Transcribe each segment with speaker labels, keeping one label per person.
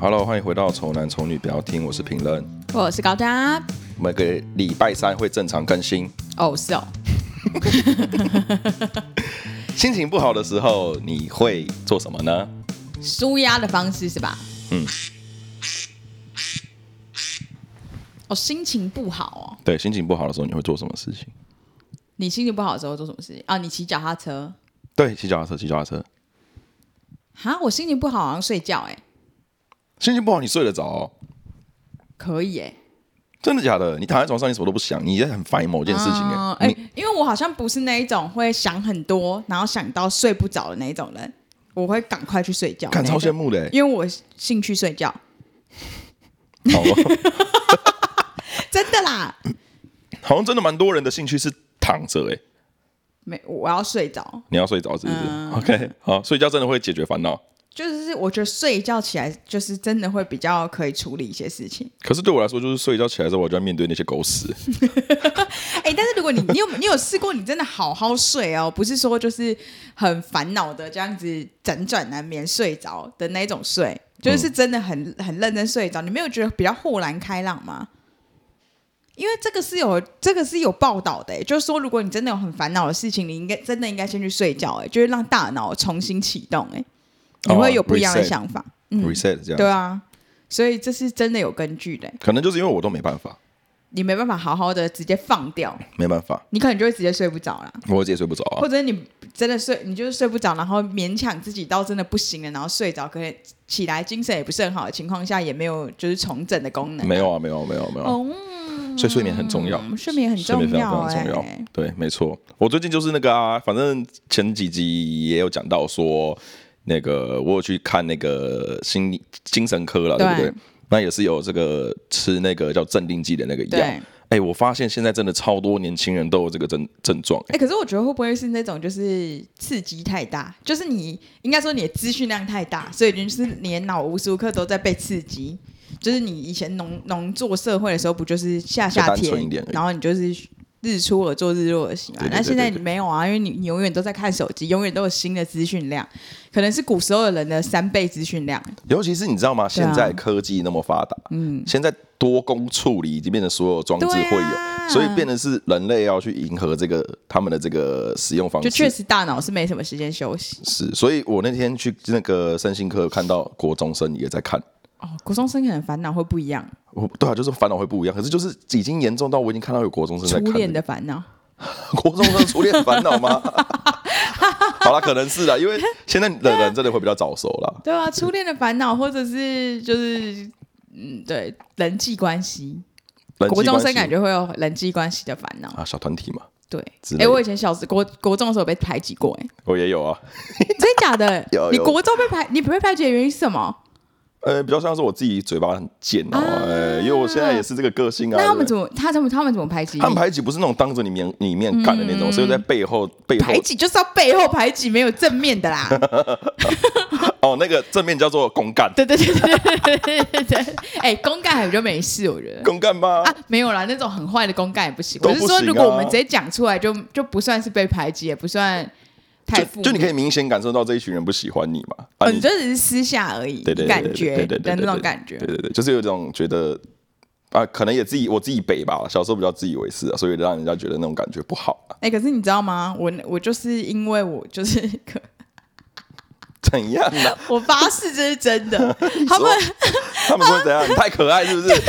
Speaker 1: Hello，欢迎回到《丑男丑女》，不要听，我是评论。
Speaker 2: 我是高嘉。
Speaker 1: 每个礼拜三会正常更新。
Speaker 2: 哦，是哦，
Speaker 1: 心情不好的时候，你会做什么呢？
Speaker 2: 舒压的方式是吧？
Speaker 1: 嗯，
Speaker 2: 哦，心情不好哦。
Speaker 1: 对，心情不好的时候，你会做什么事情？
Speaker 2: 你心情不好的时候做什么事情啊？你骑脚踏车。
Speaker 1: 对，骑脚踏车，骑脚踏车。
Speaker 2: 哈，我心情不好，好像睡觉哎、
Speaker 1: 心情不好，你睡得着哦、
Speaker 2: 可以哎、
Speaker 1: 真的假的？你躺在床上，你什么都不想，你在很烦某件事情
Speaker 2: 嗯
Speaker 1: 哎、
Speaker 2: 哎、
Speaker 1: 你
Speaker 2: 因为我好像不是那一种会想很多，然后想到睡不着的那一种人，我会赶快去睡觉。
Speaker 1: 看超羡
Speaker 2: 慕，
Speaker 1: 慕的、欸。
Speaker 2: 因为我兴趣睡觉，
Speaker 1: 好 哦，
Speaker 2: 真的啦，
Speaker 1: 好像真的蛮多人的兴趣是躺着哎、
Speaker 2: 没我要睡着，
Speaker 1: 你要睡着是不是、
Speaker 2: 嗯
Speaker 1: o k 好，睡觉真的会解决烦恼。
Speaker 2: 就是我觉得睡一觉起来，就是真的会比较可以处理一些事情。
Speaker 1: 可是对我来说，就是睡一觉起来的时候，我就要面对那些狗屎。
Speaker 2: 哎、但是如果你你有你有试过，你真的好好睡哦，不是说就是很烦恼的这样子辗转难眠睡着的那种睡，就是真的很很认真睡着，你没有觉得比较豁然开朗吗？因为这个是有这个是有报道的、诶欸就是说如果你真的有很烦恼的事情，你应该真的应该先去睡觉、诶欸就是让大脑重新启动、诶你会有不一样的想法，嗯，
Speaker 1: reset 这样，
Speaker 2: 对啊，所以这是真的有根据的、诶
Speaker 1: 可能就是因为我都没办法，
Speaker 2: 你没办法好好的直接放掉，
Speaker 1: 没办法，
Speaker 2: 你可能就会直接睡不着啦。
Speaker 1: 我自己睡不着啊
Speaker 2: 或。者你真的睡，你就是睡不着，然后勉强自己到真的不行了，然后睡着，可能起来精神也不是很好的情况下，也没有就是重整的功能。
Speaker 1: 没有啊，没有啊，没有啊，没有啊。
Speaker 2: 哦，
Speaker 1: 所以睡眠很重要，
Speaker 2: 嗯睡眠很
Speaker 1: 睡
Speaker 2: 重
Speaker 1: 眠非常
Speaker 2: 要、
Speaker 1: 非
Speaker 2: 哎，
Speaker 1: 常重要。对，没错。我最近就是那个啊，反正前几集也有讲到说，那个我有去看那个心理精神科了，对不
Speaker 2: 对
Speaker 1: 对？那也是有这个吃那个叫镇定剂的那个
Speaker 2: 对，
Speaker 1: 药
Speaker 2: 哎、。
Speaker 1: 哎，我发现现在真的超多年轻人都有这个症症状。哎
Speaker 2: 可是我觉得会不会是那种就是刺激太大，就是你应该说你的资讯量太大，所以就是你的脑无时无刻都在被刺激。就是你以前农农做社会的时候，不就是下
Speaker 1: 就
Speaker 2: 下
Speaker 1: 单
Speaker 2: 田
Speaker 1: 纯一点而，已
Speaker 2: 然后你就是日出而作，日落而息嘛。
Speaker 1: 对对对
Speaker 2: 但现在
Speaker 1: 对
Speaker 2: 你
Speaker 1: 对
Speaker 2: 没有啊，因为你你永远都在看手机，永远都有新的资讯量，可能是古时候的人的三倍资讯量。
Speaker 1: 尤其是你知道吗？
Speaker 2: 对啊
Speaker 1: 现在科技那么发达，嗯，现在多工处理已经变成所有装置
Speaker 2: 对啊
Speaker 1: 会有，所以变成是人类要去迎合这个他们的这个使用方
Speaker 2: 就确
Speaker 1: 式。
Speaker 2: 实大脑是没什么时间休息
Speaker 1: 是，所以我那天去那个身心科看到国中生也在看，
Speaker 2: 哦。国中生可能烦恼会不一样，
Speaker 1: 我对啊，就是烦恼会不一样，可是就是已经严重到我已经看到有国中生在
Speaker 2: 初
Speaker 1: 看
Speaker 2: 恋
Speaker 1: 了
Speaker 2: 的烦恼。
Speaker 1: 国中生初恋烦恼 吗？好啦，可能是啦，因为现在的人真的会比较早熟啦。
Speaker 2: 对啊，初恋的烦恼，或者是就是嗯，对人际关系，
Speaker 1: 人际
Speaker 2: 国中
Speaker 1: 关
Speaker 2: 生
Speaker 1: 系
Speaker 2: 感觉会有人际关系的烦恼。
Speaker 1: 啊，小团体嘛，
Speaker 2: 对
Speaker 1: 之，类
Speaker 2: 哎、
Speaker 1: 的
Speaker 2: 我以前小时国国中的时候被排挤过、 哎，
Speaker 1: 我也有啊，？
Speaker 2: 真的假的
Speaker 1: 有有
Speaker 2: 你国中被排，你被排挤的原因是什么？
Speaker 1: 呃，比较像是我自己嘴巴很贱哦、
Speaker 2: 啊
Speaker 1: 呃，因为我现在也是这个个性啊。
Speaker 2: 那他们
Speaker 1: 对
Speaker 2: 怎么，他怎么，他们怎么排
Speaker 1: 不对
Speaker 2: 挤你？
Speaker 1: 他们排挤不是那种当着你面你面干的那种，所以在背后背后
Speaker 2: 嗯排挤就是要背后排挤，没有正面 的啦。
Speaker 1: 哦，那个正面叫做公干，
Speaker 2: 对对对对对对对对。哎、公干我就没事，我觉得。
Speaker 1: 公干吗？
Speaker 2: 啊，没有啦，那种很坏的公干也不行。
Speaker 1: 都
Speaker 2: 我是
Speaker 1: 不
Speaker 2: 说，
Speaker 1: 行
Speaker 2: 如果
Speaker 1: 啊
Speaker 2: 我们直接讲出来就，就不算是被排挤，也不算太负
Speaker 1: 就就你
Speaker 2: 面
Speaker 1: 可以明显感受到这一群人不喜欢你嘛，啊
Speaker 2: 哦，你
Speaker 1: 你
Speaker 2: 就只是私下而已，
Speaker 1: 对对对
Speaker 2: 感
Speaker 1: 对
Speaker 2: 觉
Speaker 1: 对对对
Speaker 2: 的那
Speaker 1: 对
Speaker 2: 种
Speaker 1: 对
Speaker 2: 感觉
Speaker 1: 对。对对，就是有种觉得啊，可能也自己我自己北吧，小时候比较自以为是啊，所以让人家觉得那种感觉不好啊，
Speaker 2: 哎、可是你知道吗？我我就是因为我就是一个，
Speaker 1: 怎样呢、
Speaker 2: 我发誓这是 真的。他们
Speaker 1: 他们说怎样？你太可爱是不是？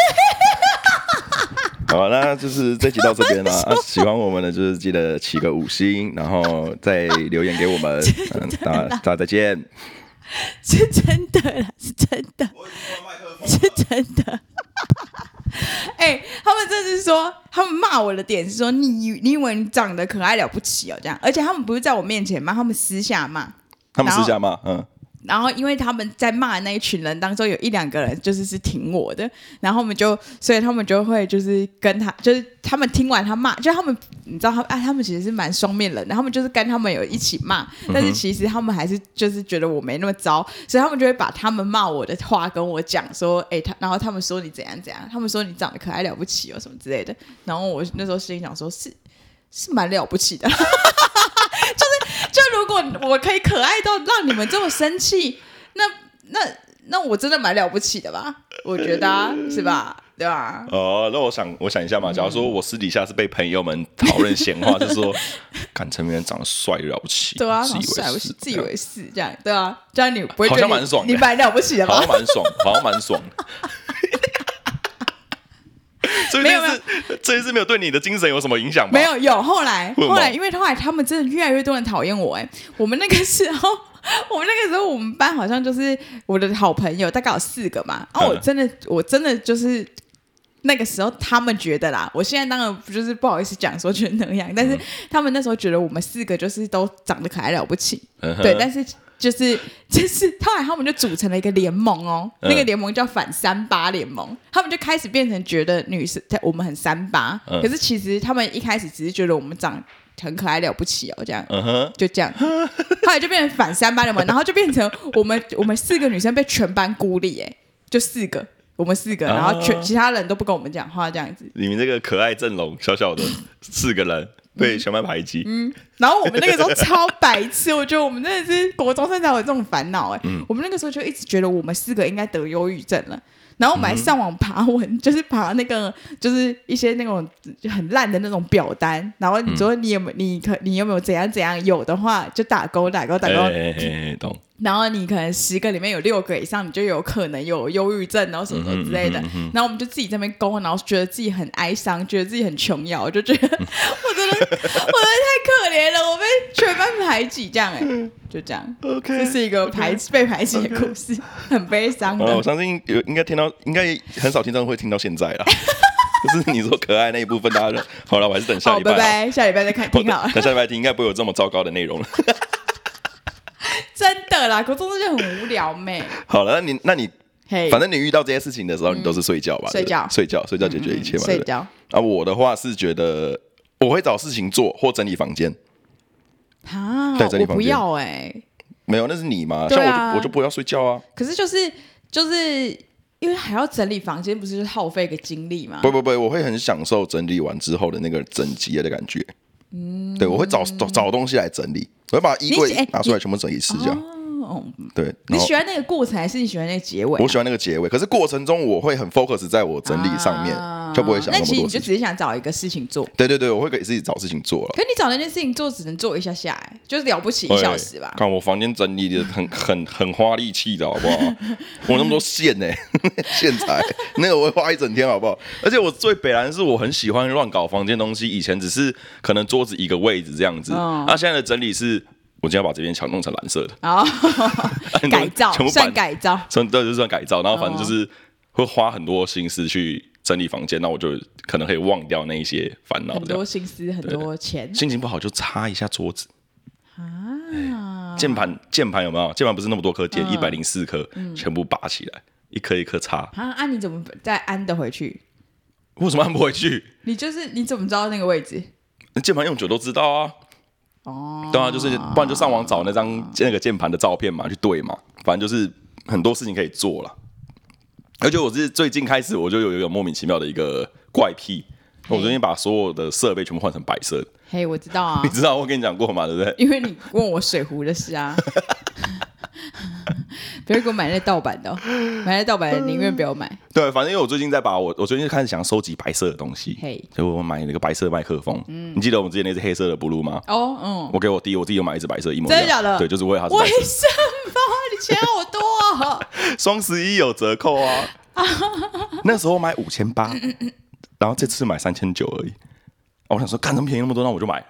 Speaker 1: 好，那就是这集到这边了、 啊。喜欢我们的就是记得起个五星，然后再留言给我 们。嗯，大大家再见。
Speaker 2: 是真的啦，是真的，是真的。 哎、他们真的是说，他们骂我的点是说，你以你以为你长得可爱了不起哦，这样。而且他们不是在我面前骂，他们私下骂。
Speaker 1: 他们私下骂，嗯，
Speaker 2: 然后因为他们在骂的那一群人当中有一两个人就是是挺我的，然后我们就，所以他们就会就是跟他，就是他们听完他骂，就他们你知道他哎，他们其实是蛮双面人的，他们就是跟他们有一起骂，但是其实他们还是就是觉得我没那么糟，所以他们就会把他们骂我的话跟我讲说，哎、他，然后他们说你怎样怎样，他们说你长得可爱了不起哦什么之类的，然后我那时候心里想说，是是蛮了不起的。就如果我可以可爱到让你们这么生气，那那那那我真的蛮了不起的吧？我觉得、啊、
Speaker 1: 呃
Speaker 2: 是吧？对吧？
Speaker 1: 哦，那我想，我想一下嘛。假如说我私底下是被朋友们讨论闲话，就 说，看陈明仁长得帅了不起，
Speaker 2: 对啊，
Speaker 1: 自以
Speaker 2: 帅
Speaker 1: 为
Speaker 2: 不
Speaker 1: 是
Speaker 2: 是，自以为是这样，对啊，这样你不会
Speaker 1: 好
Speaker 2: 觉
Speaker 1: 像
Speaker 2: 得
Speaker 1: 蛮爽的
Speaker 2: 你蛮了不起的
Speaker 1: 好
Speaker 2: 吧
Speaker 1: 像？蛮 爽，好像蛮爽的。所以
Speaker 2: 没有
Speaker 1: 这一次，这一次没有对你的精神有什么影响吧？
Speaker 2: 没有，有后来，
Speaker 1: 为什么
Speaker 2: 后来，因为后来他们真的越来越多人讨厌我、哎，我们那个时候， 我们那个时候，我们班好像就是我的好朋友，大概有四个嘛。哦、我
Speaker 1: 嗯
Speaker 2: 真的，我真的就是那个时候他们觉得啦，我现在当然不就是不好意思讲说全能样，但
Speaker 1: 嗯
Speaker 2: 是他们那时候觉得我们四个就是都长得可爱了不起，
Speaker 1: 嗯哼，
Speaker 2: 对，但是就是 就是后来他们就组成了一个联盟哦，
Speaker 1: 嗯
Speaker 2: 那个联盟叫反三八联盟，他们就开始变成觉得女生我们很三八，
Speaker 1: 嗯
Speaker 2: 可是其实他们一开始只是觉得我们长很可爱了不起哦，这样。
Speaker 1: 嗯哼，
Speaker 2: 就这样，后来就变成反三八 联盟，然后就变成我们我们四个女生被全班孤立，哎，就四个，我们四个，然后全、
Speaker 1: 哦
Speaker 2: 其他人都不跟我们讲话这样子，
Speaker 1: 你们这个可爱阵容，小小的四个人被全班排挤，
Speaker 2: 嗯 然后我们那个时候超白痴，我觉得我们真的是国中生才有这种烦恼哎、我们那个时候就一直觉得我们四个应该得忧郁症了。然后我们还上网爬文，就是爬那个，就是一些那种很烂的那种表单。然后你说你有没有，你可你有没有怎样怎样？有的话就打勾打勾打
Speaker 1: 哎
Speaker 2: 勾。
Speaker 1: 哎哎，哎懂？
Speaker 2: 然后你可能十个里面有六个以上，你就有可能有忧郁症，然后什么什么之类
Speaker 1: 嗯
Speaker 2: 的。然后我们就自己在那边勾，然后觉得自己很哀伤，觉得自己很穷要，我就觉得 我真的我真的太可怜了，我被全班排挤这样哎、 就这样。
Speaker 1: OK 哦
Speaker 2: 这是一个排被排挤的故事，很悲伤
Speaker 1: 好了，我
Speaker 2: 的。
Speaker 1: 相信有应该听到，应该很少听众会听到现在 啦。就是你说可爱那一部分，大家就好了，我还是等下
Speaker 2: 好，
Speaker 1: 礼拜啊
Speaker 2: 拜
Speaker 1: 好了。
Speaker 2: 拜，下礼拜再看，
Speaker 1: 我
Speaker 2: 听好了
Speaker 1: 等。等下礼拜听，应该不会有这么糟糕的内容了。
Speaker 2: 真的啦，国中生就很无聊妹。
Speaker 1: 好了，那你那你
Speaker 2: 嘿，
Speaker 1: 反正你遇到这些事情的时候，你都是睡觉吧？
Speaker 2: 嗯睡觉
Speaker 1: 对不对睡觉，睡觉解决一切嘛。对
Speaker 2: 嗯睡
Speaker 1: 不对。
Speaker 2: 觉
Speaker 1: 啊，我的话是觉得我会找事情做或整理房间，
Speaker 2: 啊，
Speaker 1: 对整理
Speaker 2: 我
Speaker 1: 房间
Speaker 2: 不要哎、
Speaker 1: 没有，那是你嘛？
Speaker 2: 对
Speaker 1: 像
Speaker 2: 啊
Speaker 1: 我就我就不要睡觉啊！
Speaker 2: 可是就是就是因为还要整理房间，不是就是耗费一个精力吗？
Speaker 1: 不不不，我会很享受整理完之后的那个整洁的感觉。嗯，对，我会找找找东西来整理，我会把衣柜
Speaker 2: 你哎
Speaker 1: 拿出来全部整理一次，这样
Speaker 2: 哦，
Speaker 1: 对。
Speaker 2: 你
Speaker 1: 然后
Speaker 2: 喜欢那个过程，还是你喜欢那个结尾啊？
Speaker 1: 我喜欢那个结尾，可是过程中我会很 focus 在我整理上面，
Speaker 2: 啊
Speaker 1: 就不会想
Speaker 2: 那
Speaker 1: 么
Speaker 2: 其实
Speaker 1: 多
Speaker 2: 你就
Speaker 1: 事
Speaker 2: 只
Speaker 1: 情。
Speaker 2: 是想找一个事情做，
Speaker 1: 对对对，我会给自己找事情做了。
Speaker 2: 可你找那件事情做，只能做一下下，哎，就是了不起一
Speaker 1: 对
Speaker 2: 小时吧。
Speaker 1: 看我房间整理的很 很很花力气的好不好？ 我那么多线呢、 线材 那个我会花一整天好不好？而且我最北然是我很喜欢乱搞房间东西，以前只是可能桌子一个位置这样子，那、啊
Speaker 2: 嗯
Speaker 1: 现在的整理是。我今天要把这边墙弄成蓝色的，
Speaker 2: 哦，
Speaker 1: 很多
Speaker 2: 改造
Speaker 1: 全部
Speaker 2: 算
Speaker 1: 板，
Speaker 2: 改哦造，
Speaker 1: 算对，就算改造，然后反正就是会花很多心思去整理房间，那我就可能可以忘掉那一些烦恼
Speaker 2: 很，
Speaker 1: 这样
Speaker 2: 多心思，很多钱
Speaker 1: 心情不好就擦一下桌子，
Speaker 2: 啊。嗯
Speaker 1: 键盘键盘有没有？键盘不是那么多颗键，一百零四颗，全部拔起来，一颗一颗插。
Speaker 2: 啊，啊，你怎么再安的回去？
Speaker 1: 为什么按不回去？
Speaker 2: 你就是你怎么知道那个位置？
Speaker 1: 键盘用久都知道啊。
Speaker 2: 哦，
Speaker 1: 对啊，就是不然就上网找那张那个键盘的照片嘛，去对嘛。反正就是很多事情可以做了。而且我是最近开始，我就有一个莫名其妙的一个怪癖。我最近把所有的设备全部换成白色的，
Speaker 2: 嘿，我知道啊
Speaker 1: 你，知道我跟你讲过嘛，对不对？
Speaker 2: 因为你问我水壶的事啊。 不要给我买那盗版的、哦，买那盗版的宁愿不要买。
Speaker 1: 对，反正因为我最近在把我我最近开始想收集白色的东西
Speaker 2: 嘿，嗯
Speaker 1: 所以我买了一个白色麦克风。你记得我们之前那只黑色的 blue 吗？
Speaker 2: 哦，嗯，
Speaker 1: 我给我弟，我弟有买一只白色一模一样，
Speaker 2: 真的假的？
Speaker 1: 对，就是为了他是白
Speaker 2: 为
Speaker 1: 色。
Speaker 2: 什么？你钱好多、 哦，
Speaker 1: 双十一有折扣 啊！那时候买五千八，然后这次买三千九而已。哦我想说，干这么便宜那么多，那我就买了。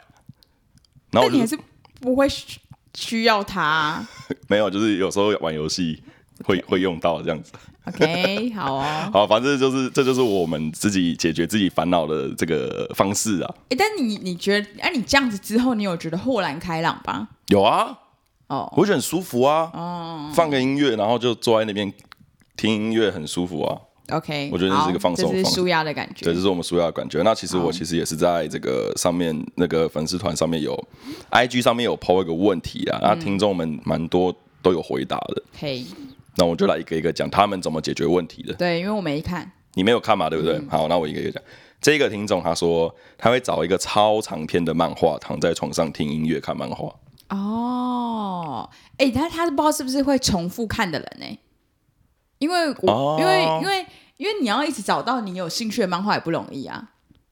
Speaker 1: 然后
Speaker 2: 但
Speaker 1: 我就
Speaker 2: 你还是不会需需要它啊、
Speaker 1: 没有，就是有时候玩游戏会会用到这样子。
Speaker 2: OK，好哦。
Speaker 1: 好，反正就是这就是我们自己解决自己烦恼的这个方式啊。
Speaker 2: 哎，但你你觉得，哎、你这样子之后，你有觉得豁然开朗吧？
Speaker 1: 有啊，
Speaker 2: 哦，
Speaker 1: 我觉得很舒服啊。放个音乐，然后就坐在那边听音乐，很舒服啊。
Speaker 2: OK，
Speaker 1: 我觉得这是一个
Speaker 2: 好
Speaker 1: 放松
Speaker 2: 这是
Speaker 1: 放松
Speaker 2: 舒压的感觉
Speaker 1: 对，哦这。是我们舒压的感觉。那其实我其实也是在这个上面那个粉丝团上面有，IG 上面有 PO 一个问题啊，那听众们蛮多都有回答的。
Speaker 2: 嘿，
Speaker 1: 那我就来一个一个讲他们怎么解决问题的。
Speaker 2: 对，因为我没看。
Speaker 1: 你没有看嘛，对不对？好，那我一个一个讲。这个听众他说他会找一个超长篇的漫画，躺在床上听音乐看漫画。
Speaker 2: 哦，哎、他他不知道是不是会重复看的人呢、因为我、
Speaker 1: 哦
Speaker 2: 因为因为因为你要一直找到你有兴趣的漫画也不容易啊。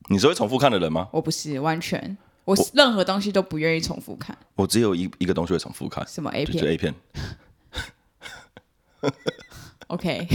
Speaker 1: 你是会重复看的人吗？
Speaker 2: 我不是完全，我任何东西都不愿意重复看，
Speaker 1: 我只有一一个东西会重复看，
Speaker 2: 什么 A
Speaker 1: 就是
Speaker 2: 片
Speaker 1: A 片。
Speaker 2: ，OK。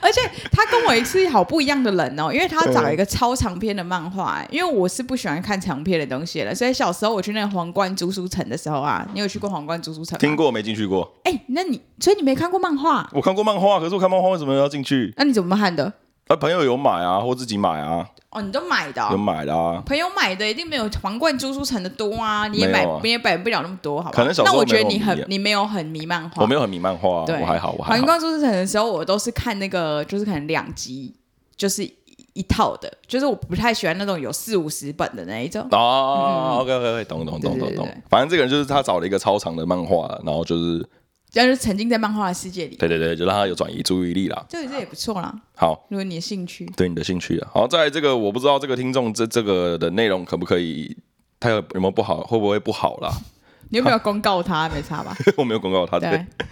Speaker 2: 而且他跟我是好不一样的人哦，因为他
Speaker 1: 嗯
Speaker 2: 找一个超长篇的漫画、哎因为我是不喜欢看长篇的东西的人，所以小时候我去那个皇冠租书城的时候啊，你有去过皇冠租书城吗？
Speaker 1: 听过没进去过？
Speaker 2: 哎、那你所以你没看过漫画，
Speaker 1: 我看过漫画，可是我看漫画为什么要进去？
Speaker 2: 那你怎么看的？
Speaker 1: 啊，朋友有买啊，或自己买啊，
Speaker 2: 哦，你都买的、
Speaker 1: 有
Speaker 2: 哦，
Speaker 1: 买的啊。
Speaker 2: 朋友买的一定没有皇冠租书城的多啊，你也
Speaker 1: 没
Speaker 2: 买，
Speaker 1: 有啊
Speaker 2: 你也买不了那么多，好吧？
Speaker 1: 可能小时
Speaker 2: 那
Speaker 1: 候
Speaker 2: 我觉得
Speaker 1: 没有
Speaker 2: 你
Speaker 1: 迷
Speaker 2: 很
Speaker 1: 啊，
Speaker 2: 你没有很迷漫画，
Speaker 1: 我没有很迷漫画啊，
Speaker 2: 对
Speaker 1: 我还好，我还
Speaker 2: 环
Speaker 1: 好。
Speaker 2: 光书城的时候，我都是看那个，就是可能两集，就是一一套的，就是我不太喜欢那种有四五十本的那一种。
Speaker 1: 哦，OK OK OK，懂懂懂
Speaker 2: 对
Speaker 1: 懂
Speaker 2: 对
Speaker 1: 懂
Speaker 2: 对。
Speaker 1: 反正这个人就是他找了一个超长的漫画，然后就是
Speaker 2: 但是沉浸在漫画的世界里，
Speaker 1: 对对对，就让他有转移注意力啦。
Speaker 2: 这这也不错啦。
Speaker 1: 好，
Speaker 2: 如果你的 兴趣，
Speaker 1: 对你的兴趣啊。好，再来这个我不知道这个听众这这个的内容可不可以，他有有没有不好，会不会不好啦？
Speaker 2: 你有没有公告他？没差吧？
Speaker 1: 我没有公告他啊对不对。
Speaker 2: 对，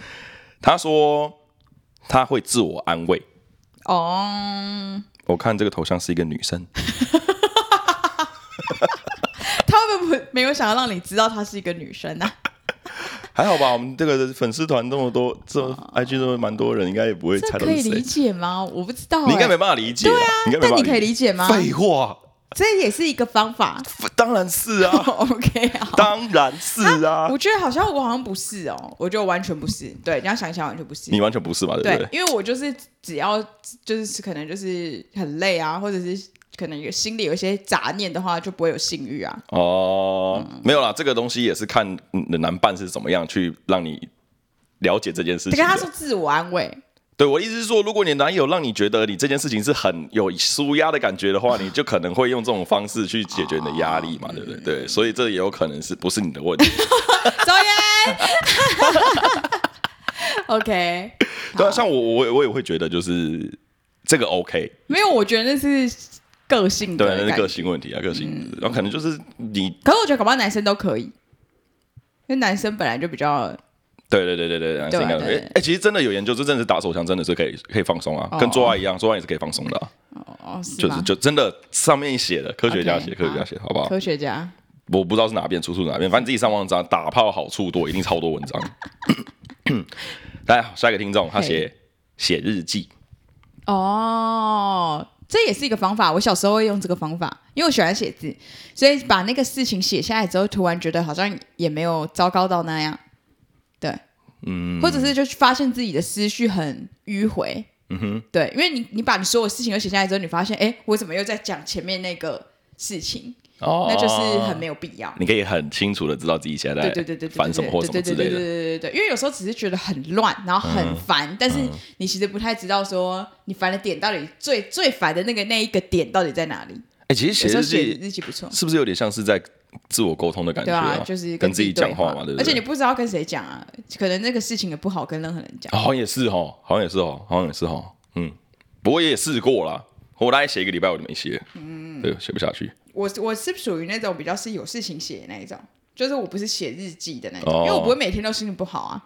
Speaker 1: 他说他会自我安慰。
Speaker 2: 哦，
Speaker 1: 我看这个头像是一个女生，
Speaker 2: 他会不会没有想要让你知道她是一个女生啊？
Speaker 1: 还好吧？我们这个粉丝团这么多，这 IG 都蛮多人，应该也不会
Speaker 2: 啊这
Speaker 1: 猜到
Speaker 2: 可
Speaker 1: 是
Speaker 2: 以理
Speaker 1: 谁。
Speaker 2: 解吗？我不知道、欸，
Speaker 1: 你应该没办法理解啦，对啊你应该没
Speaker 2: 但
Speaker 1: 办
Speaker 2: 你
Speaker 1: 法
Speaker 2: 可以
Speaker 1: 理
Speaker 2: 理解吗？
Speaker 1: 废话，
Speaker 2: 这也是一个方法。
Speaker 1: 当然是啊，
Speaker 2: OK 啊。
Speaker 1: 当然是啊，
Speaker 2: 我觉得好像我好 像不是哦，我觉得我完全不是。对，你要想一想，完全不是。
Speaker 1: 你完全不是嘛，对不
Speaker 2: 对
Speaker 1: 对？，
Speaker 2: 因为我就是只要就是可能就是很累啊，或者是可能有心里有一些杂念的话，就不会有性欲啊。
Speaker 1: 哦，
Speaker 2: 嗯
Speaker 1: 没有啦，这个东西也是看你的男伴是怎么样去让你了解这件事
Speaker 2: 跟
Speaker 1: 情的。
Speaker 2: 他说自我安慰，
Speaker 1: 对我的意思是说，如果你的男友让你觉得你这件事情是很有舒压的感觉的话，你就可能会用这种方式去解决你的压力嘛，对不对？
Speaker 2: 啊
Speaker 1: 对，所以这也有可能是不是你的问题，
Speaker 2: 周岩 ，OK，
Speaker 1: 对啊，像我我也我也会觉得就是这个 OK，
Speaker 2: 没有，我觉得那是个性
Speaker 1: 对
Speaker 2: 的
Speaker 1: 啊，那
Speaker 2: 感
Speaker 1: 是
Speaker 2: 觉嗯
Speaker 1: 个性问题啊，个性，然后可能就是你
Speaker 2: 可是我觉得搞不好男生都可以，因为男生本来就比较
Speaker 1: 对对对对对，男生应该
Speaker 2: 对啊对
Speaker 1: 哎、
Speaker 2: 对
Speaker 1: 哎其实真的有研究，就真的是打手枪真的是可以可以放松啊，
Speaker 2: 哦
Speaker 1: 跟做爱一样，做爱也是可以放松的啊、
Speaker 2: 哦哦是
Speaker 1: 就哦
Speaker 2: 吗
Speaker 1: 是？就真的上面写的，科学家
Speaker 2: OK，
Speaker 1: 写科学家写，好不好？
Speaker 2: 科学家，
Speaker 1: 我不知道是哪边出处哪边，反正你自己上网找，打炮好处多，一定超多文章。 来，下一个听众他写写日记，
Speaker 2: 哦，这也是一个方法。我小时候会用这个方法，因为我喜欢写字，所以把那个事情写下来之后，突然觉得好像也没有糟糕到那样。对，嗯，或者是就是发现自己的思绪很迂回。嗯哼，对，因为你你把你所有事情都写下来之后，你发现，哎，我怎么又在讲前面那个事情？
Speaker 1: 哦
Speaker 2: 那就是很没有必要。
Speaker 1: 你可以很清楚的知道自己现在
Speaker 2: 对对对对，对
Speaker 1: 烦什么或什么之类
Speaker 2: 对对
Speaker 1: 的。
Speaker 2: 对对对对，因为有时候只是觉得很乱，然后很烦，但是你其实不太知道说你烦的点到底最最烦的那个那一个点到底在哪里。
Speaker 1: 哎、其实
Speaker 2: 有时
Speaker 1: 写
Speaker 2: 候
Speaker 1: 日
Speaker 2: 写
Speaker 1: 记
Speaker 2: 日记不错，
Speaker 1: 是不是有点像是在自我沟通的感觉
Speaker 2: 对啊，就是
Speaker 1: 跟
Speaker 2: 自
Speaker 1: 自己讲话
Speaker 2: 话
Speaker 1: 嘛，对不对？
Speaker 2: 而且你不知道跟谁讲啊，可能那个事情也不好跟任何人讲。
Speaker 1: 啊好像也是哦，好像也是哦，好像也是哦，嗯，不过也试过啦，我大概写一个礼拜我就没写，嗯，对，写不下去，
Speaker 2: 我我是属于那种比较是有事情写的那一种，就是我不是写日记的那种，
Speaker 1: 哦
Speaker 2: 因为我不会每天都心情不好啊。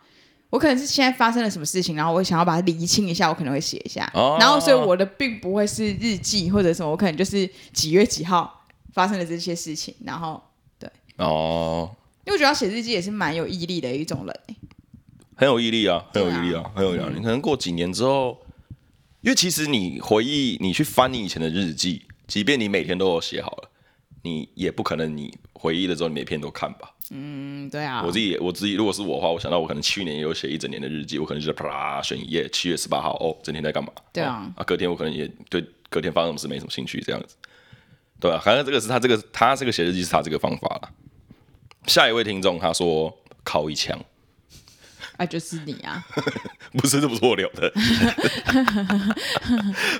Speaker 2: 我可能是现在发生了什么事情，然后我想要把它理清一下，我可能会写一下。
Speaker 1: 哦
Speaker 2: 然后，所以我的并不会是日记或者什么，我可能就是几月几号发生了这些事情。然后，
Speaker 1: 哦，
Speaker 2: 因为我觉得写日记也是蛮有毅力的一种人、欸
Speaker 1: 很有毅力啊，很
Speaker 2: 对啊
Speaker 1: 有毅力啊，很有毅力、啊。你可能过几年之后，因为其实你回忆，你去翻你以前的日记，即便你每天都有写好了，你也不可能你回忆的时候你每篇都看吧。
Speaker 2: 嗯，对啊
Speaker 1: 我，自己也我自己如果是我的话，我想到我可能去年也有写一整年的日记，我可能就是啪啦选一页，七月十八号哦，整天在干嘛？
Speaker 2: 对啊
Speaker 1: 哦，啊，隔天我可能也对隔天发生什么事没什么兴趣这样子，对啊，反正这个是他这个他这个写日记是他这个方法啦。下一位听众他说靠一枪，
Speaker 2: 啊，就是你啊，
Speaker 1: 不是这不是我留的， 不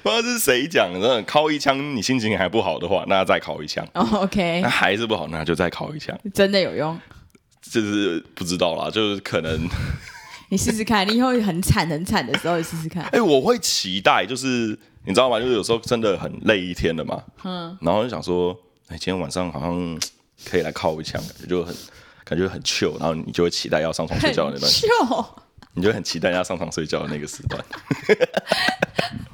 Speaker 1: 知道是谁讲的，真的靠一枪你心情还不好的话，那再靠一枪。
Speaker 2: 哦，OK，
Speaker 1: 那还是不好，那就再靠一枪，
Speaker 2: 真的有用，
Speaker 1: 就是不知道啦，就是可能
Speaker 2: 你试试看，你以后很惨很惨的时候，你试试看
Speaker 1: 哎、。我会期待，就是你知道吗？就是有时候真的很累一天了嘛，嗯，然后就想说，哎、今天晚上好像可以来靠一枪，感觉就很感觉很 chill，然后你就会期待要上床睡觉的那段时间。
Speaker 2: 就
Speaker 1: 你就很期待人家上床睡觉的那个时段，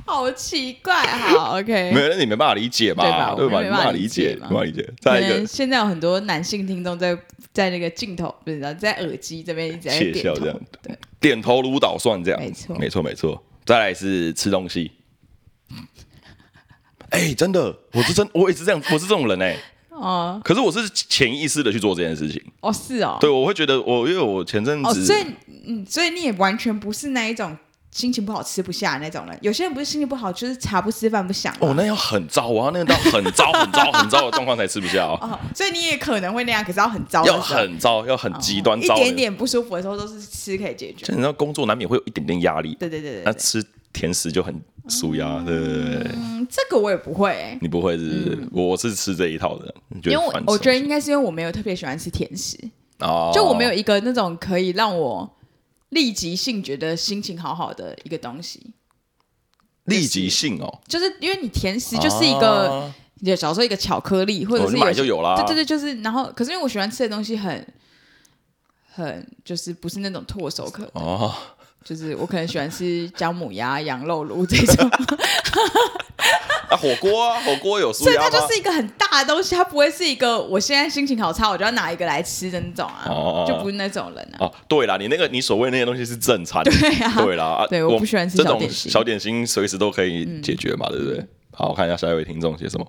Speaker 2: 好奇怪。好，OK，
Speaker 1: 没有，那你没办法理解
Speaker 2: 对
Speaker 1: 嘛，
Speaker 2: 吧
Speaker 1: 对
Speaker 2: 我
Speaker 1: 吧？
Speaker 2: 没
Speaker 1: 你
Speaker 2: 办法
Speaker 1: 法
Speaker 2: 理
Speaker 1: 理解，
Speaker 2: 解嘛
Speaker 1: 没办法理解。
Speaker 2: 可
Speaker 1: 再一
Speaker 2: 能
Speaker 1: 个
Speaker 2: 现在有很多男性听众在在那个镜头，不知道在耳机这边一直在
Speaker 1: 窃
Speaker 2: 点
Speaker 1: 笑
Speaker 2: 头
Speaker 1: 这样
Speaker 2: 对，
Speaker 1: 点头如捣蒜这样，
Speaker 2: 没错
Speaker 1: 没错，没错。再来是吃东西。 哎、真的，我是真，我也是这样，我是这种人哎、
Speaker 2: 哦
Speaker 1: 可是我是潜意识的去做这件事情，
Speaker 2: 哦是哦，
Speaker 1: 对，我会觉得我，因为我前阵
Speaker 2: 哦，
Speaker 1: 子
Speaker 2: 所以嗯，所以你也完全不是那一种心情不好吃不下的那种人。有些人不是心情不好，就是茶不思饭不想嘛。
Speaker 1: 哦，那要很糟啊，那要到很 糟、很糟、很糟的状况才吃不下哦，
Speaker 2: 哦，所以你也可能会那样，可是要很糟的
Speaker 1: 要
Speaker 2: 时候，
Speaker 1: 很糟，要很极端
Speaker 2: 一
Speaker 1: 糟的。
Speaker 2: 点点不舒服的时候都是吃可以解决
Speaker 1: 就。你知道，工作难免会有一点点压力，
Speaker 2: 对对对对
Speaker 1: 那
Speaker 2: 对，
Speaker 1: 吃甜食就很舒压，对对对。
Speaker 2: 嗯，这个我也不会、欸。
Speaker 1: 你不会是不是？我是吃这一套的，你
Speaker 2: 因为
Speaker 1: 得
Speaker 2: 我
Speaker 1: 烦
Speaker 2: 我
Speaker 1: 死
Speaker 2: 觉得应该是因为我没有特别喜欢吃甜食，
Speaker 1: 哦，
Speaker 2: 就我没有一个那种可以让我立即性觉得心情好好的一个东西，
Speaker 1: 立即性哦，
Speaker 2: 就是因为你甜食就是一个
Speaker 1: 啊
Speaker 2: 也小时候一个巧克力，或者
Speaker 1: 哦
Speaker 2: 是
Speaker 1: 你买
Speaker 2: 些
Speaker 1: 就有啦
Speaker 2: 对对对，就是然后，可是因为我喜欢吃的东西很很就是不是那种唾手可，
Speaker 1: 哦，
Speaker 2: 就是我可能喜欢吃姜母鸭、羊肉炉这 种，
Speaker 1: 啊火锅啊，火锅有舒
Speaker 2: 所以
Speaker 1: 压
Speaker 2: 它
Speaker 1: 吗？
Speaker 2: 就是一个很大的东西，它不会是一个我现在心情好差，我就要拿一个来吃的那种啊，
Speaker 1: 哦
Speaker 2: 就不是那种人啊。
Speaker 1: 哦，对啦，你那个你所谓那些东西是正餐，
Speaker 2: 对啊
Speaker 1: 对啦，啊
Speaker 2: 对我不喜欢吃
Speaker 1: 这
Speaker 2: 小
Speaker 1: 种
Speaker 2: 点心嗯
Speaker 1: 小点心随时都可以解决嘛，对不对？好，我看一下下一位听众写什么。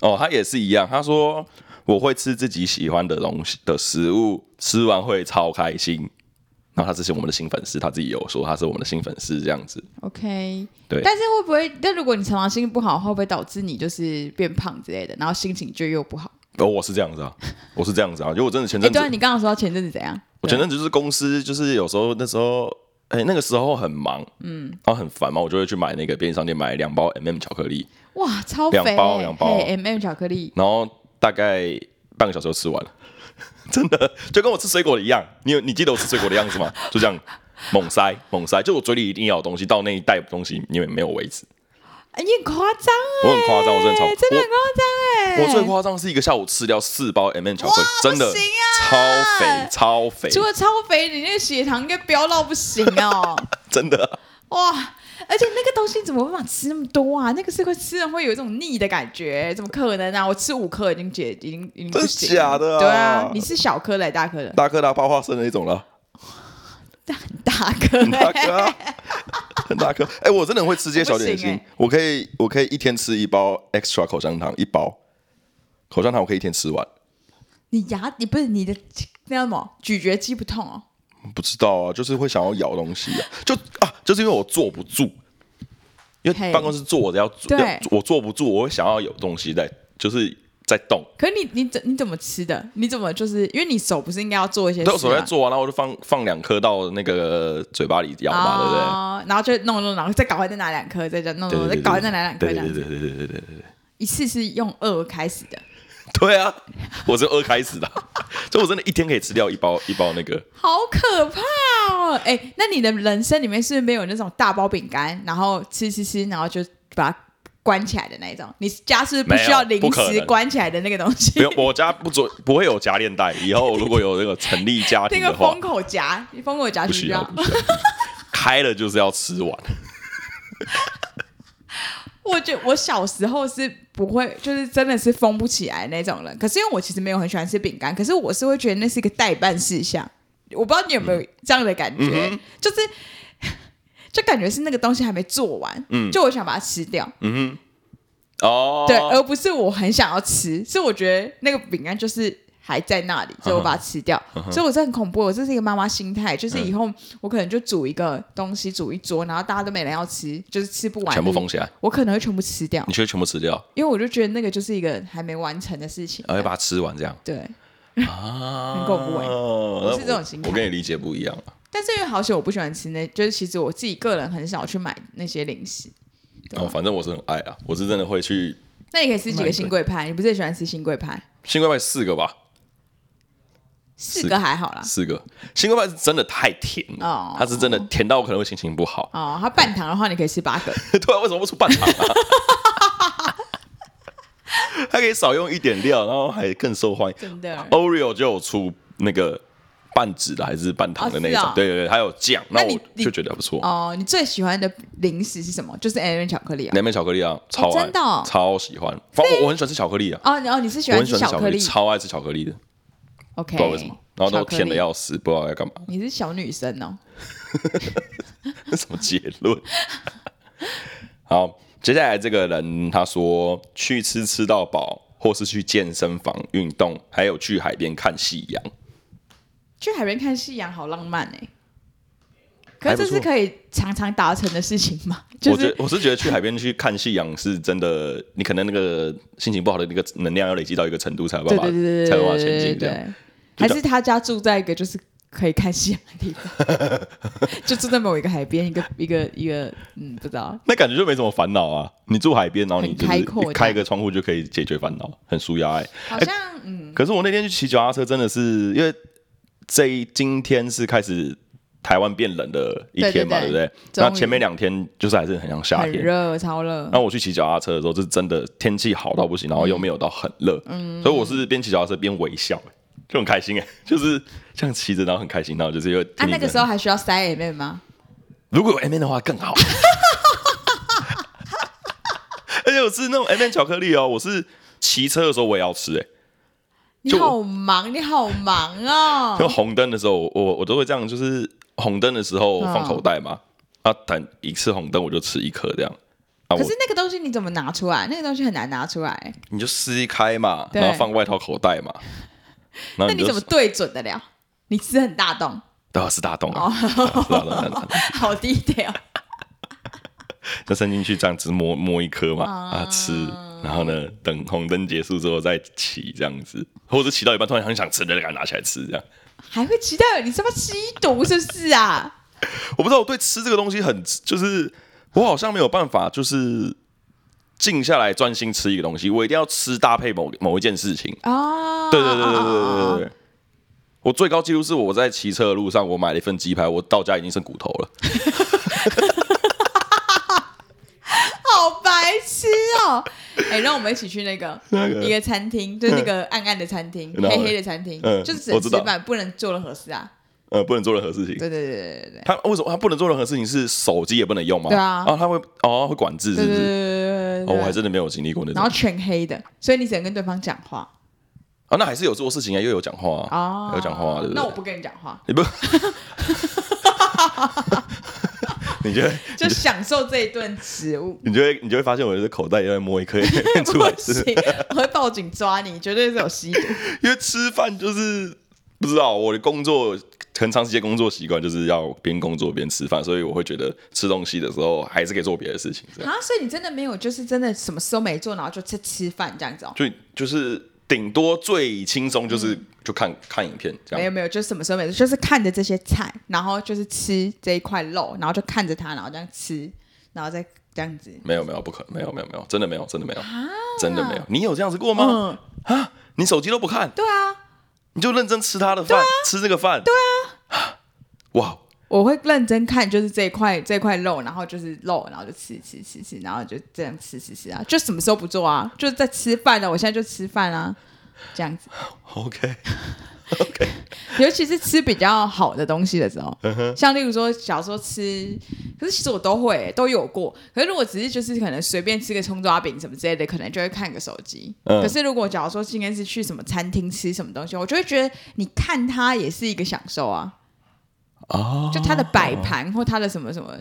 Speaker 1: 哦，他也是一样，他说我会吃自己喜欢的东西的食物，吃完会超开心。然后他之前我们的新粉丝，他自己有说他是我们的新粉丝这样子，
Speaker 2: OK，
Speaker 1: 对
Speaker 2: 但是会不会？但如果你常常心情不好，会不会导致你就是变胖之类的，然后心情就又不好？
Speaker 1: 哦，我是这样子啊，我是这样子啊，因为我真的前
Speaker 2: 哎，
Speaker 1: 阵子，
Speaker 2: 对啊，你刚刚说到前阵子怎样？
Speaker 1: 我前阵子就是公司，就是有时候那时候，哎、那个时候很忙，嗯，然后很烦嘛，我就会去买那个便利商店买两包 MM 巧克力，
Speaker 2: 哇，超肥、
Speaker 1: 两
Speaker 2: 欸，
Speaker 1: 包两包
Speaker 2: M M 巧克力，
Speaker 1: 然后大概半个小时就吃完了， 真的就跟我吃水果的一样，你有你记得我吃水果的样子吗？ 就这样猛塞猛塞，就我嘴里一定要有东西，到那一袋东西因为没有为止，
Speaker 2: 哎你很夸张哎，
Speaker 1: 我很夸张我真的超
Speaker 2: 真的很夸张哎，
Speaker 1: 我最夸张是一个下午吃掉四包 MM 巧克力，真的、
Speaker 2: 不行啊
Speaker 1: 超肥超肥，
Speaker 2: 除了超肥，你那个血糖应该飙到不行 哦，
Speaker 1: 真的啊、
Speaker 2: 哇！而且那个东西怎么办法吃那么多啊？那个是会吃了会有一种腻的感觉，怎么可能啊？我吃五颗已经解已经已经不行了，
Speaker 1: 真假的啊
Speaker 2: 对啊，你是小颗的还是大颗的？
Speaker 1: 大颗大爆花生的一种了。
Speaker 2: 大颗、
Speaker 1: 很大
Speaker 2: 欸，
Speaker 1: 颗、啊，很大颗。哎、我真的很会吃这些小点心，
Speaker 2: 我
Speaker 1: 我
Speaker 2: 不行欸
Speaker 1: 可以，我可以一天吃一包 extra 口香糖，一包口香糖我可以一天吃完。
Speaker 2: 你牙你不是你的那叫什么咀嚼肌不痛哦？
Speaker 1: 不知道啊，就是会想要咬东西啊，就啊，就是因为我坐不住，因
Speaker 2: 嘿
Speaker 1: 为办公室坐着要
Speaker 2: 对
Speaker 1: 要我坐不住，我会想要有东西在，就是在动。
Speaker 2: 可是你你怎你怎么吃的？你怎么就是因为你手不是应该要做一些事
Speaker 1: 对，
Speaker 2: 吗？
Speaker 1: 我手在做完，然后我就放放两颗到那个嘴巴里咬嘛，对不对？
Speaker 2: 哦然后就弄弄，然后再搞完再拿两颗，再这样弄
Speaker 1: 对
Speaker 2: 弄，
Speaker 1: 对对，
Speaker 2: 再搞完再拿两颗，
Speaker 1: 对
Speaker 2: 这
Speaker 1: 对
Speaker 2: 样
Speaker 1: 对
Speaker 2: 子
Speaker 1: 对对对对对对。
Speaker 2: 一次是用二开始的，
Speaker 1: 对啊，我是饿开始的，所以我真的一天可以吃掉一包一包那个。
Speaker 2: 好可怕哦！哎，那你的人生里面是不是没有那种大包饼干，然后吃吃吃，然后就把它关起来的那一种？你家是不
Speaker 1: 没
Speaker 2: 是
Speaker 1: 有
Speaker 2: 不需要零
Speaker 1: 不可
Speaker 2: 食
Speaker 1: 能
Speaker 2: 关起来的那个东
Speaker 1: 不
Speaker 2: 西？
Speaker 1: 用，我家不准不会有夹链袋。以后如果有那个成立家
Speaker 2: 那
Speaker 1: 庭
Speaker 2: 个
Speaker 1: 的话
Speaker 2: 封，口夹，封口夹
Speaker 1: 不需
Speaker 2: 需不需
Speaker 1: 要
Speaker 2: 要？
Speaker 1: 不需要，开了就是要吃完。
Speaker 2: 我觉我小时候是不会，就是真的是封不起来那种人。可是因为我其实没有很喜欢吃饼干，可是我是会觉得那是一个代办事项。我不知道你有没有这样的感觉，嗯就是 就感觉是那个东西还没做完，
Speaker 1: 嗯
Speaker 2: 就我想把它吃掉，
Speaker 1: 嗯哼，哦，
Speaker 2: 对，而不是我很想要吃，是我觉得那个饼干就是。还在那里，所以我把它吃掉。所以我这很恐怖，我这是一个妈妈心态，就是以后我可能就煮一个东西，煮一桌，然后大家都没人要吃，就是吃不完，
Speaker 1: 全部封起来，
Speaker 2: 我可能会全部吃掉
Speaker 1: 你。却全部吃掉，
Speaker 2: 因为我就觉得那个就是一个还没完成的事情。
Speaker 1: 然后要把它吃完这 样
Speaker 2: 对，
Speaker 1: 啊，
Speaker 2: 很恐怖欸
Speaker 1: 我
Speaker 2: 是这种心态
Speaker 1: 我跟你理解不一样啊
Speaker 2: 但是因为好险我不喜欢吃那，就是其实我自己个人很少去买那些零食。对啊
Speaker 1: 然后反正我是很爱啊，我是真的会去
Speaker 2: 那你可以吃几个新贵派？你不是也喜欢吃新贵派？
Speaker 1: 新贵派四个吧，
Speaker 2: 四个还好啦。
Speaker 1: 四个新贵派是真的太甜
Speaker 2: 啊哦
Speaker 1: 了，它是真的甜到我可能会心情不好。
Speaker 2: 哦，它半糖的话，你可以吃八个。
Speaker 1: 对啊，为什么不出半啊糖啊？ 它可以少用一点料，然后还更受欢迎。
Speaker 2: 真的
Speaker 1: Oreo 就有出那个半脂的还是半糖的那
Speaker 2: 哦
Speaker 1: 种，
Speaker 2: 是哦
Speaker 1: 对对对，还有酱，
Speaker 2: 那
Speaker 1: 那
Speaker 2: 你
Speaker 1: 我就觉得还不错。
Speaker 2: 哦，你最喜欢的零食是什么？就是 M M 巧克力啊。
Speaker 1: 南美巧克力啊，超爱，
Speaker 2: 真的哦
Speaker 1: 超喜欢。反正我我很喜欢吃巧克力啊，
Speaker 2: 哦，然后你是喜
Speaker 1: 我
Speaker 2: 欢
Speaker 1: 很喜欢吃
Speaker 2: 吃巧
Speaker 1: 巧克
Speaker 2: 克
Speaker 1: 力，
Speaker 2: 力
Speaker 1: 超爱吃巧克力的，
Speaker 2: ？OK，
Speaker 1: 不知道为什么。然后都甜的
Speaker 2: 要。
Speaker 1: 要死，不知道要干嘛，
Speaker 2: 你是小女生哦，
Speaker 1: 什么结论？ 好，接下来这个人他说去吃吃到饱，或是去健身房运动，还有去海边看夕阳。
Speaker 2: 去海边看夕阳好浪漫哎、可
Speaker 1: 还不
Speaker 2: 是这
Speaker 1: 错
Speaker 2: 是可以常常达成的事情吗？就
Speaker 1: 我觉
Speaker 2: 是
Speaker 1: 得我是觉得去海边去看夕阳是真的，你可能那个心情不好的那个能量要累积到一个程度才有办
Speaker 2: 对
Speaker 1: 法
Speaker 2: 对对对
Speaker 1: 才有办法
Speaker 2: 对
Speaker 1: 前
Speaker 2: 对
Speaker 1: 进这样。
Speaker 2: 对，
Speaker 1: 就
Speaker 2: 还
Speaker 1: 这
Speaker 2: 是他家住在一个就是可以看夕阳的地方，就住在某一个海边，一个一个一个嗯，不知道
Speaker 1: 那感觉就没什么烦恼啊！你住海边，然后你就是
Speaker 2: 很开阔这样
Speaker 1: 开一个窗户就可以解决烦恼，很舒压哎、
Speaker 2: 好像嗯
Speaker 1: 可是我那天去骑脚踏车，真的是因为这一今天是开始台湾变冷的一天嘛，对
Speaker 2: 对对对
Speaker 1: 不对？
Speaker 2: 终于
Speaker 1: 那前面两天就是还是很像夏
Speaker 2: 很
Speaker 1: 天，
Speaker 2: 热，超热
Speaker 1: 然。后我去骑脚踏车的时候，就是真的天气好到不行，然后又没有到很热，
Speaker 2: 嗯
Speaker 1: 所以我是边骑脚踏车边微笑、欸就很开心哎、欸 就是这样骑着，然后很开心，然后就是又
Speaker 2: 啊，
Speaker 1: 听你
Speaker 2: 那个
Speaker 1: 们
Speaker 2: 时候还需要塞 M M 吗？
Speaker 1: 如果有 M N 的话更好。 而且我是那种 M N 巧克力哦，我是骑车的时候我也要吃哎、欸
Speaker 2: 你
Speaker 1: 就我
Speaker 2: 好忙，你好忙哦。
Speaker 1: 就红灯的时候，我我我都会这样，就是红灯的时候放
Speaker 2: 嗯
Speaker 1: 口袋嘛，啊，等一次红灯我就吃一颗这样，啊，
Speaker 2: 可
Speaker 1: 我
Speaker 2: 是那个东西你怎么拿出来？那个东西很难拿出来，
Speaker 1: 你就撕开嘛，
Speaker 2: 对
Speaker 1: 然后放外套口袋嘛， 然
Speaker 2: 那
Speaker 1: 后
Speaker 2: 你
Speaker 1: 就
Speaker 2: 怎么对准得了？你吃很大洞，
Speaker 1: 对啊，是大洞啊，对啊是大洞是大洞，
Speaker 2: 好低调。
Speaker 1: 就伸进去这样子摸摸一颗嘛，
Speaker 2: 啊
Speaker 1: 啊吃，然后呢，等红灯结束之后再骑这样子，或者骑到一半突然很想吃，就赶快拿起来吃这样。
Speaker 2: 还会期待你是不是吸毒是不是啊？
Speaker 1: 我不知道我对吃这个东西很就是，我好像没有办法就是静下来专心吃一个东西，我一定要吃搭配某某一件事情。
Speaker 2: 哦，
Speaker 1: 对对对对对对对对
Speaker 2: 哦
Speaker 1: 对。我最高纪录是我在骑车的路上，我买了一份鸡排，我到家已经剩骨头了。
Speaker 2: 好白痴哦！哎，让我们一起去那个
Speaker 1: 那个
Speaker 2: 一个餐厅，就是那个暗暗的餐厅，
Speaker 1: 然后
Speaker 2: 黑
Speaker 1: 嘞
Speaker 2: 黑的餐厅，
Speaker 1: 嗯
Speaker 2: 就是只
Speaker 1: 我
Speaker 2: 能
Speaker 1: 知
Speaker 2: 吃
Speaker 1: 道
Speaker 2: 饭，不能做任何事啊。
Speaker 1: 呃，不能做任何事情。
Speaker 2: 对对对对对对
Speaker 1: 他为什么他不能做任何事情？是手机也不能用吗？
Speaker 2: 对啊
Speaker 1: 然后他会哦会管制是
Speaker 2: 对对
Speaker 1: 不
Speaker 2: 对
Speaker 1: 是？
Speaker 2: 对对
Speaker 1: 哦，
Speaker 2: 对。
Speaker 1: 我还真的没有经历过那种
Speaker 2: 然后。全黑的，所以你只能跟对方讲话
Speaker 1: 啊，那还是有做事情啊，又有讲话
Speaker 2: 哦
Speaker 1: 啊，，有讲话啊，对不
Speaker 2: 那
Speaker 1: 对
Speaker 2: 我？不跟你讲 话，
Speaker 1: 你 不，你就会
Speaker 2: 就享受这一顿食物。
Speaker 1: 你就会你就会发现我的口袋也在摸一 颗出来
Speaker 2: 不
Speaker 1: 吃
Speaker 2: 行，，我会报警抓你，绝对是有吸毒。
Speaker 1: 因为吃饭就是不知道我的工作很长时间工作习惯就是要边工作边吃饭，所以我会觉得吃东西的时候还是可以做别的事情，这样
Speaker 2: 啊，所以你真的没有，就是真的什么事都没做，然后就吃吃饭这样子哦？
Speaker 1: 就就是顶多最轻松就是、
Speaker 2: 嗯
Speaker 1: 就看看影片这
Speaker 2: 没
Speaker 1: 样。
Speaker 2: 有没有，就是什么时候没做，就是看着这些菜，然后就是吃这一块肉，然后就看着它，然后这样吃，然后再这样子。
Speaker 1: 没有没有不可能没有没有没有真的没有真的没有
Speaker 2: 啊
Speaker 1: 真的没有，你有这样子过吗？
Speaker 2: 嗯，
Speaker 1: 你手机都不看，
Speaker 2: 对啊，
Speaker 1: 你就认真吃他的饭，吃这个饭。对啊， 哇，
Speaker 2: 我会认真看，就是这一块这一块肉，然后就是肉，然后就吃吃吃吃，然后就这样吃吃吃啊，就什么时候不做啊？就是在吃饭的，我现在就吃饭啊，这样子。
Speaker 1: OK OK，
Speaker 2: 尤其是吃比较好的东西的时
Speaker 1: 嗯
Speaker 2: 候，像例如说小时候吃，可是其实我都会、都有过。可是如果只是就是可能随便吃个葱抓饼什么之类的，可能就会看个手机。
Speaker 1: 嗯
Speaker 2: 可是如果假如说今天是去什么餐厅吃什么东西，我就会觉得你看它也是一个享受啊，
Speaker 1: 哦，
Speaker 2: 就它的摆盘或它的什么什么，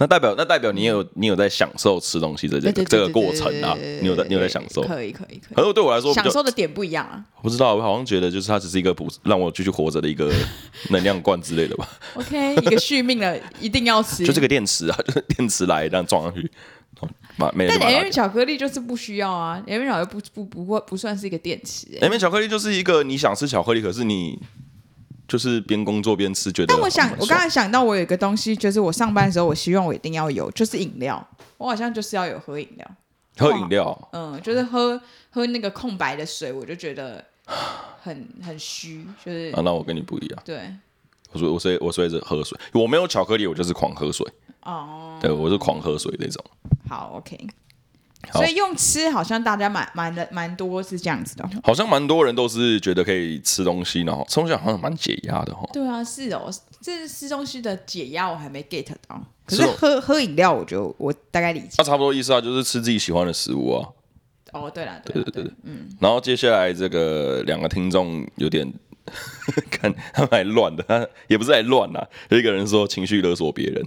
Speaker 1: 那代表那代表你有你有在享受吃东西这
Speaker 2: 对
Speaker 1: 件
Speaker 2: 对
Speaker 1: 这
Speaker 2: 对
Speaker 1: 个
Speaker 2: 对
Speaker 1: 过
Speaker 2: 对
Speaker 1: 程
Speaker 2: 对
Speaker 1: 啊
Speaker 2: 对对，对
Speaker 1: 你有在
Speaker 2: 对
Speaker 1: 你有在享受。
Speaker 2: 可以可以可
Speaker 1: 可是对我来说比
Speaker 2: 以，享
Speaker 1: 较
Speaker 2: 受的点不一样啊。
Speaker 1: 我不知道，我好像觉得就是它只是一个补让我继续活着的一个 能量罐之类的吧，
Speaker 2: OK，一个续命了，一定要 吃。
Speaker 1: 就这个电池啊，就是电池来这样撞上去，哦把没人
Speaker 2: 但
Speaker 1: 就把它
Speaker 2: M
Speaker 1: 拿掉
Speaker 2: 巧克力就是不需要啊，M 巧克力不不不不不算是一个电池、欸。
Speaker 1: M 巧克力就是一个你想吃巧克力，可是你就是边工作边吃，觉得
Speaker 2: 但我想
Speaker 1: 很，
Speaker 2: 我
Speaker 1: 爽
Speaker 2: 刚才想到，我有一个东西，就是我上班的时候，我希望我一定要有，就是饮料。我好像就是要有喝饮料，
Speaker 1: 喝饮料，
Speaker 2: 嗯，就是喝喝那个空白的水，我就觉得很很虚，就是、
Speaker 1: 啊，那我跟你不一样，
Speaker 2: 对
Speaker 1: 我说我所以我所以是喝水，我没有巧克力，我就是狂喝水，
Speaker 2: 哦，
Speaker 1: 对我是狂喝水那种。
Speaker 2: 好，OK。
Speaker 1: 好
Speaker 2: 所以用吃好像大家蛮蛮的蛮多是这样子的哦。
Speaker 1: 好像蛮多人都是觉得可以吃东西，然后吃东西好像蛮解压的哈。
Speaker 2: 对啊，是哦，这是吃东西的解压，我还没 get 到。可
Speaker 1: 是
Speaker 2: 是
Speaker 1: 哦
Speaker 2: 喝喝饮料，我就我大概理解。
Speaker 1: 那差不多意思啊，就是吃自己喜欢的食物啊。
Speaker 2: 哦，对了，对了，嗯对了，
Speaker 1: 然后接下来这个两个听众有点 看他们来乱的，他也不是来乱啦、有一个人说情绪勒索别人，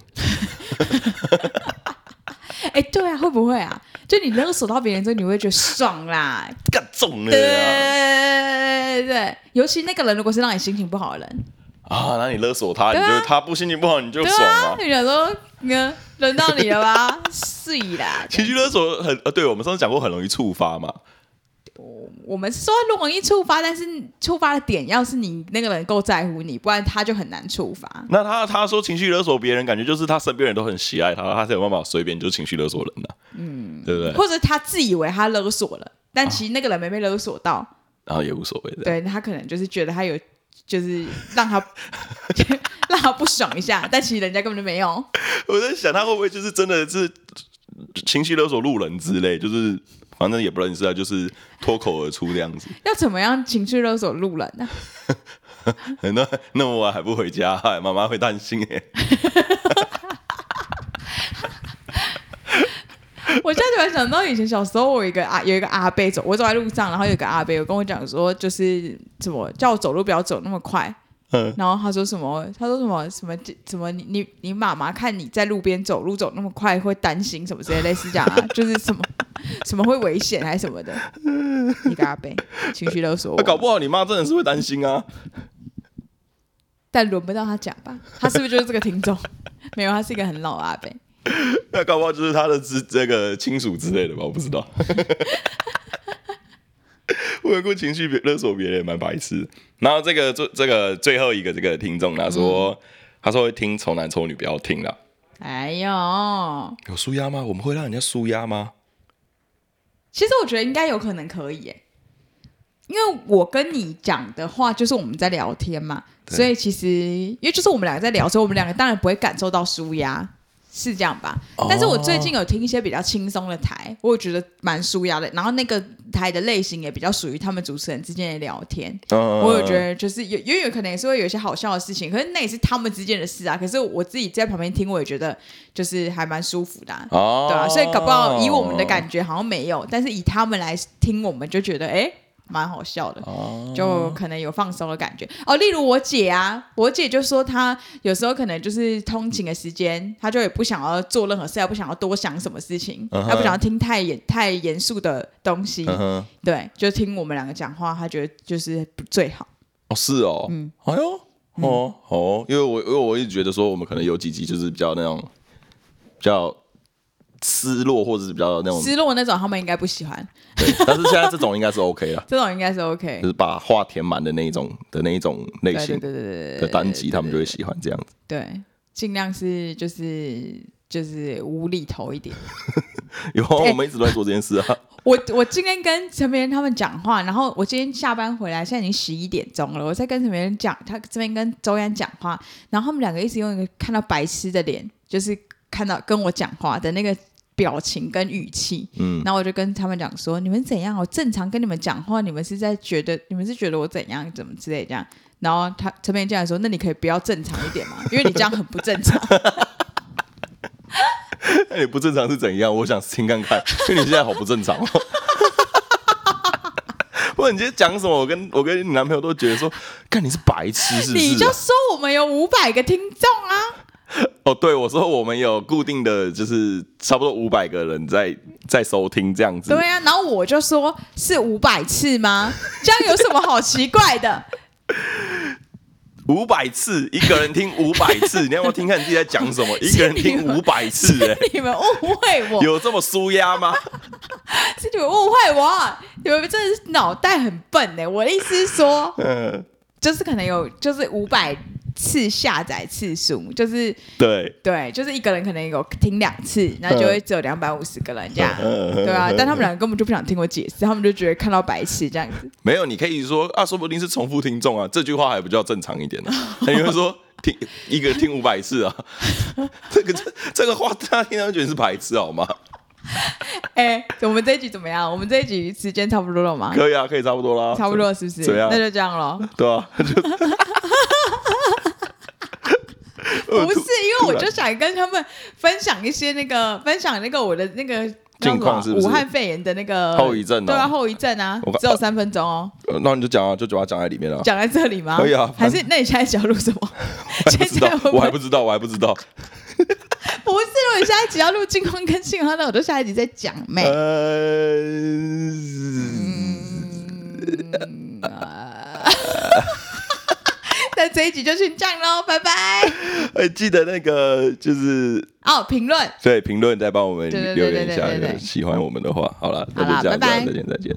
Speaker 2: 哎，对啊，会不会啊？就你勒索到别人之后，你会觉得爽啦，
Speaker 1: 干中了
Speaker 2: 对
Speaker 1: 啊！
Speaker 2: 对对对，尤其那个人如果是让你心情不好的人，
Speaker 1: 啊，那你勒索他，你
Speaker 2: 对啊
Speaker 1: 就他不心情不好，你就
Speaker 2: 对
Speaker 1: 爽啊，。
Speaker 2: 啊你想说，你看轮到你了吧？ 是啦，
Speaker 1: 情绪勒索很呃，对我们上次讲过，很容易触发嘛。
Speaker 2: 我们是说容易触发，但是触发的点要是你那个人够在乎你，不然他就很难触发。
Speaker 1: 那他他说情绪勒索别人，感觉就是他身边人都很喜爱他，他才有办法随便就情绪勒索人呐、嗯，对不对？
Speaker 2: 或者他自以为他勒索了，但其实那个人没被勒索到，
Speaker 1: 然后也无所谓的。
Speaker 2: 啊对他可能就是觉得他有，就是让他 让他不爽一下，但其实人家根本就没有。
Speaker 1: 我在想他会不会就是真的是情绪勒索路人之类，就是反正也不认识啊，就是脱口而出这样子。
Speaker 2: 要怎么样情绪勒索路人呢、
Speaker 1: 那那么晚还不回家，哎妈妈会担心哎、
Speaker 2: 我现在突然想到以前小时候，我有一个啊阿有一个阿伯走，我走在路上，然后有一个阿伯有跟我讲说，就是怎么叫我走路不要走那么快。
Speaker 1: 嗯
Speaker 2: 然后他说什么？他说什么什么什么？你你你妈妈看你在路边走路走那么快，会担心什么之类类似这样 啊？就是什么什么会危险还是什么的？一个阿伯情绪 勒索
Speaker 1: 那啊搞
Speaker 2: 我，
Speaker 1: 不好你妈真的是会担心啊。
Speaker 2: 但轮不到他讲吧？他是不是就是这个听众？没有，他是一个很老的阿伯。
Speaker 1: 那啊搞不好就是他的之这个亲属之类的吧，我不知道。 我有过情绪勒索别人也蛮白痴的。然后这个最这个最后一个这个听众啦说，他说会听丑男丑女不要听啦。
Speaker 2: 哎呦，
Speaker 1: 有舒压吗？我们会让人家舒压吗？
Speaker 2: 其实我觉得应该有可能可以耶，因为我跟你讲的话就是我们在聊天嘛，
Speaker 1: 对
Speaker 2: 所以其实因为就是我们两个在聊，所以我们两个当然不会感受到舒压，是这样吧？
Speaker 1: 哦
Speaker 2: 但是我最近有听一些比较轻松的台，我觉得蛮舒压的，然后那个台的类型也比较属于他们主持人之间的聊天。
Speaker 1: 嗯
Speaker 2: 我有觉得，就是有，因为有可能也是会有一些好笑的事情，可是那也是他们之间的事啊。可是我自己在旁边听，我也觉得就是还蛮舒服的啊、
Speaker 1: 哦，
Speaker 2: 对啊，所以搞不好以我们的感觉好像没有，但是以他们来听，我们就觉得哎，诶蛮好笑的，
Speaker 1: 哦，
Speaker 2: 就可能有放松的感觉。哦，例如我姐啊，我姐就说她有时候可能就是通勤的时间，她就也不想要做任何事，也不想要多想什么事情，
Speaker 1: 嗯哼
Speaker 2: 她不想要听太严太严肃的东西，
Speaker 1: 嗯哼，
Speaker 2: 对，就听我们两个讲话，她觉得就是最好。
Speaker 1: 哦是哦，嗯，哎呦，哦哦，因为我因为我一直觉得说我们可能有几集就是比较那种比较失落或者是比较那种
Speaker 2: 失落那种他们应该不喜欢，
Speaker 1: 对，但是现在这种应该是 OK 了，
Speaker 2: 这种应该是 OK
Speaker 1: 就。是把话填满的那一种的那一种类
Speaker 2: 对对
Speaker 1: 型
Speaker 2: 对对对
Speaker 1: 的单集，他们就会喜欢这样子。
Speaker 2: 对，尽量是就是就是无厘头一点。
Speaker 1: 有啊，我们一直都在做这件事啊。
Speaker 2: 我我今天跟陈明他们讲话，然后我今天下班回来，现在已经十一点钟了，我在跟陈明讲，他这边跟周安讲话，然后他们两个一直用一个看到白痴的脸，就是看到跟我讲话的那个。表情跟语气，嗯，然后我就跟他们讲说，你们怎样？我正常跟你们讲话，你们是在觉得你们是觉得我怎样，怎么之类这样。然后他陈明竟然说，那你可以不要正常一点嘛，因为你这样很不正常。
Speaker 1: 那哎你不正常是怎样？我想听看看，因为你现在好不正常哦。 不然你今天讲什么？我跟我跟你男朋友都觉得说，看你是白痴 是不
Speaker 2: 你
Speaker 1: 是
Speaker 2: 就
Speaker 1: 啊？
Speaker 2: 说我们有五百个听众啊，
Speaker 1: 哦，对，我说我们有固定的就是差不多五百个人在在收听这样子。
Speaker 2: 对啊，然后我就说是五百次吗？ 这样有什么好奇怪的？
Speaker 1: 五百次，一个人听五百次，你要不要听看你自己在讲什么？一个人听五百次、 哎，
Speaker 2: 你们误会我，
Speaker 1: 有这么舒压吗？
Speaker 2: 是你们误会我，啊你们真的是脑袋很笨哎、我的意思是说，
Speaker 1: 嗯，
Speaker 2: 就是可能有就是五百次下载次数，就是
Speaker 1: 对，
Speaker 2: 对，就是一个人可能有听两次，那就会只有两百五十个人这样。
Speaker 1: 嗯，
Speaker 2: 对啊，但他们两个根本就不想听我解释，他们就觉得看到白痴这样 子。
Speaker 1: 没有，你可以说啊，说不定是重复听众啊，这句话还比较正常一点呢、 那你会说听一个听 五百次啊，这个这这个话大家听到就觉得是白痴好吗？
Speaker 2: 哎、我们这一集怎么样？我们这一集时间差不多了吗？
Speaker 1: 可以啊，可以差不多啦，
Speaker 2: 差不多了是不是？
Speaker 1: 怎样
Speaker 2: 那就这样咯。
Speaker 1: 对啊， 就
Speaker 2: 不是，因为 我
Speaker 1: 突然
Speaker 2: 就想跟他们分享一些那个分享那个我的那个
Speaker 1: 近况是不是
Speaker 2: 啊武汉肺炎的那个
Speaker 1: 后遗症哦
Speaker 2: 对啊，后遗症啊
Speaker 1: 我，看
Speaker 2: 只有三分钟哦，
Speaker 1: 呃那你就讲啊，就就把它讲在里面啊。
Speaker 2: 讲在这里吗？
Speaker 1: 可以啊
Speaker 2: 还是那你现在想要 录什么？
Speaker 1: 不
Speaker 2: 现
Speaker 1: 知道
Speaker 2: 在，
Speaker 1: 我
Speaker 2: 们
Speaker 1: 还不知道，我还不知道。
Speaker 2: 不是，如果你下一集要录近况跟信号，那我就下一集再讲妹。
Speaker 1: 呃，
Speaker 2: 嗯啊 那这一集就先这样喽，拜拜。
Speaker 1: 哎记得那个就是
Speaker 2: 哦，评论，
Speaker 1: 对评论再帮我们
Speaker 2: 对对
Speaker 1: 留
Speaker 2: 对
Speaker 1: 言一下
Speaker 2: 对对，对
Speaker 1: 喜欢我们的话，好了，那
Speaker 2: 好啦
Speaker 1: 就这样，
Speaker 2: 拜
Speaker 1: 这样
Speaker 2: 拜
Speaker 1: 再见，再见。